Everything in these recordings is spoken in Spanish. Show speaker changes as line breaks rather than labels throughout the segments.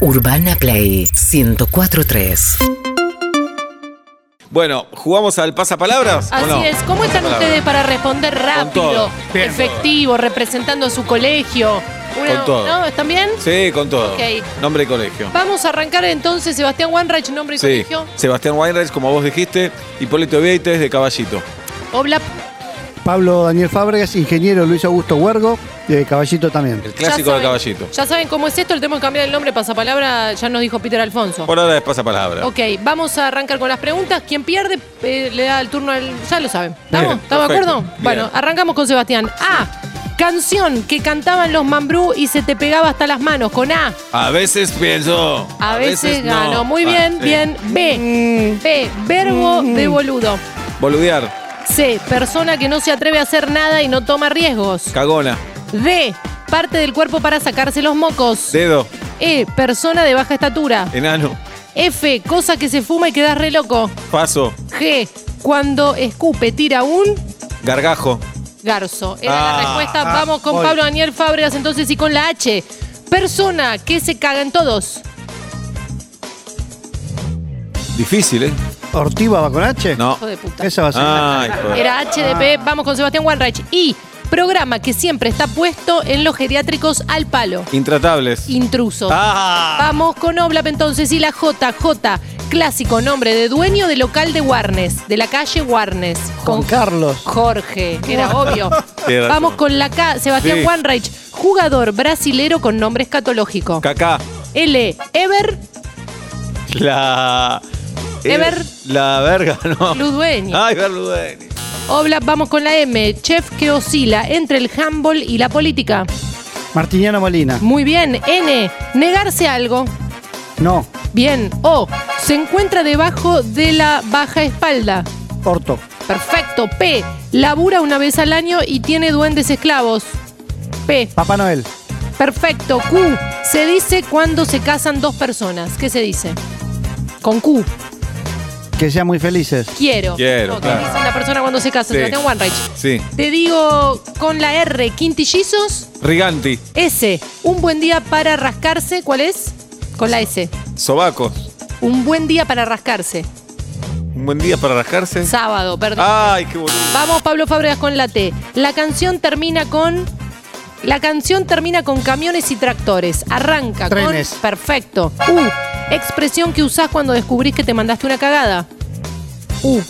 Urbana Play 1043.
Bueno, ¿jugamos al pasapalabras? ¿o
Así
no?
es. ¿Cómo están
Pasapalabras.
ustedes para responder rápido,
todo.
Bien.
efectivo, representando a su colegio? Una-
Con todo.
¿No? ¿Están bien?
Sí, con todo.
Ok.
Nombre y colegio.
Vamos a arrancar entonces, Sebastián Wanreich, nombre y
Sí.
colegio.
Sebastián Weinreich, como vos dijiste. Hipólito Vieites, de Caballito.
Oblap,
Pablo Daniel Fábregas, ingeniero Luis Augusto Huergo, de Caballito también.
El
ya
clásico de
saben-
Caballito.
Ya saben cómo es esto, le tenemos que cambiar el nombre, pasapalabra, ya nos dijo Peter Alfonso.
Por ahora es pasapalabra.
Ok, vamos a arrancar con las preguntas. Quien pierde eh, le da el turno al. Ya lo saben. ¿Estamos?
Bien,
¿Estamos de
perfecto.
acuerdo?
Bien.
Bueno, arrancamos con Sebastián. A. Canción que cantaban los Mambrú y se te pegaba hasta las manos. Con A.
A veces pienso.
A veces
no.
gano. Muy
Ah,
bien,
sí.
bien. B.
Mm.
B. Verbo de boludo.
Boludear.
C. Persona que no se atreve a hacer nada y no toma riesgos.
Cagona.
D. Parte del cuerpo para sacarse los mocos.
Dedo.
E. Persona de baja estatura.
Enano.
F. Cosa que se fuma y quedas re loco.
Paso.
G. Cuando escupe, tira un
Gargajo.
garzo. Era
Ah,
la respuesta.
ah,
Vamos con
voy.
Pablo Daniel Fábregas entonces y con la H. Persona que se cagan todos.
Difícil, ¿eh?
¿Ortiva va con H?
No.
Hijo de puta.
Esa va a ser.
Ay, joder.
Era HDP,
Ah.
vamos con Sebastián Wanreich. Y programa que siempre está puesto en los geriátricos al palo.
Intratables.
Intruso.
Ah.
Vamos con Oblap entonces y la JJ. Clásico nombre de dueño de local de Warnes, de la calle Warnes.
Con Carlos.
Jorge, era obvio.
Tiene razón.
Vamos con la K, Sebastián
Sí.
Wanreich, jugador brasilero con nombre escatológico.
Cacá.
L. Ever
La.
Ever-
La verga, no. Ah.
Ludueño.
Ay, Berludeni.
Oblap, vamos con la M, chef que oscila entre el handball y la política.
Martiniano Molina.
Muy bien. N. Negarse a algo.
No.
Bien. O. Se encuentra debajo de la baja espalda.
Orto.
Perfecto. P. Labura una vez al año y tiene duendes esclavos. P.
Papá Noel.
Perfecto. Q. Se dice cuando se casan dos personas. ¿Qué se dice? Con Q.
Que sean muy felices.
Quiero.
Quiero,
No, ¿qué
claro.
dice una persona cuando se casa?
Sí.
Sebastián Wanreich.
Sí.
Te digo con la R. Quintillizos.
Riganti.
S. Un buen día para rascarse. ¿Cuál es? Con la S.
Sobacos.
Un buen día para rascarse.
Un buen día para rascarse.
Sábado, perdón.
Ay, qué boludo.
Vamos, Pablo Fábregas con la T. La canción termina con. La canción termina con camiones y tractores. Arranca
Trenes.
con. Perfecto. U. Expresión que usás cuando descubrís que te mandaste una cagada. Uh. U.
Uh.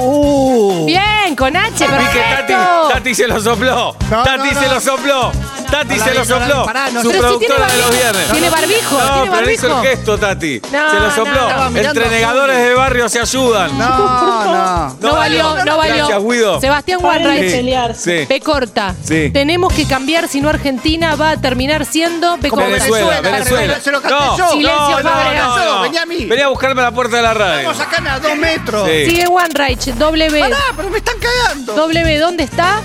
Uh.
Bien, con H,
Vi que Tati,
perfecto.
Tati se lo sopló.
No,
Tati
no,
se
no.
lo sopló. Tati
No la
se
vi,
lo
no la vi.
sopló.
Pará, no
Su
sé.
Pero si tiene
productora de los
barbijo,
viernes.
tiene barbijo,
No,
tiene
pero le hizo el
barbijo.
gesto, Tati.
No,
se lo
no,
sopló.
estaba
mirando
Entre
a
negadores
Juli.
de barrio se ayudan.
No, no.
No, valió, no valió.
Gracias, Guido.
Sebastián
Paren de
Wanreich.
pelear.
Sí.
P corta.
Sí.
Tenemos que cambiar, si no Argentina va a terminar siendo P corta.
Venezuela,
Venezuela,
Venezuela.
se lo canté
no,
yo.
Silencio,
no, no,
Fabregas.
no, no.
Vení a mí.
Vení a buscarme a la puerta de la radio.
Vamos acá a dos metros.
Sí.
Sigue Wanreich, W.
Pará, pero me están cagando.
W, ¿dónde está?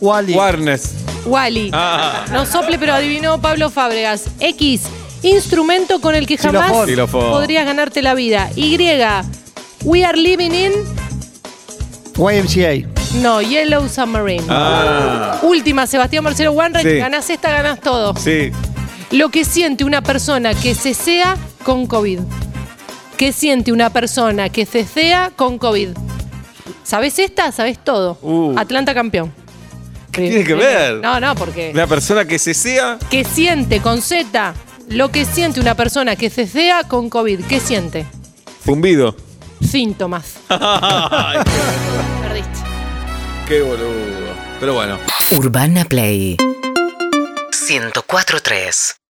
Wally.
Warnes.
Wally.
Ah.
No sople, pero adivinó Pablo Fábregas. X, instrumento con el que jamás
Xilofón.
Xilofón.
podrías ganarte la vida. Y, we are living in.
YMCA.
No, Yellow Submarine.
Ah,
Última, Sebastián Marcelo Wanreich.
Sí.
Ganás esta, ganás todo.
sí.
Lo que siente una persona que se sea con COVID. ¿Qué siente una persona que se sea con COVID? ¿Sabes esta? ¿Sabes todo?
Uh.
Atlanta campeón.
¿Qué tiene que ver?
No, no, porque.
Una persona que se sea
¿Qué siente con Z? Lo que siente una persona que se sea con COVID. ¿Qué siente?
zumbido.
Síntomas.
Ay,
Perdiste.
qué boludo. Pero bueno.
Urbana Play 1043.